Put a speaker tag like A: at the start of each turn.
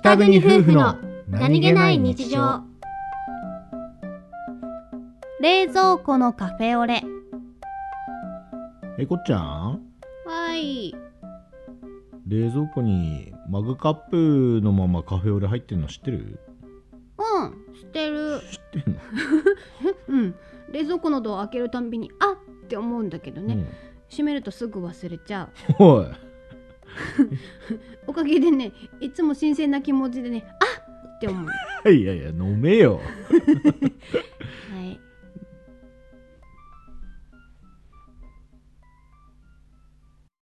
A: 北国夫婦の
B: 冷蔵庫のカフェオレ
A: えこっちゃん
B: はい
A: 冷蔵庫にマグカップのままカフェオレ入ってるの知ってる
B: うん知ってる
A: 知ってんの
B: うん冷蔵庫のドア開けるたんびにあっって思うんだけどね、閉めるとすぐ忘れちゃう
A: うんおい
B: おかげでねいつも新鮮な気持ちでねあっって思う
A: いやいや飲めよ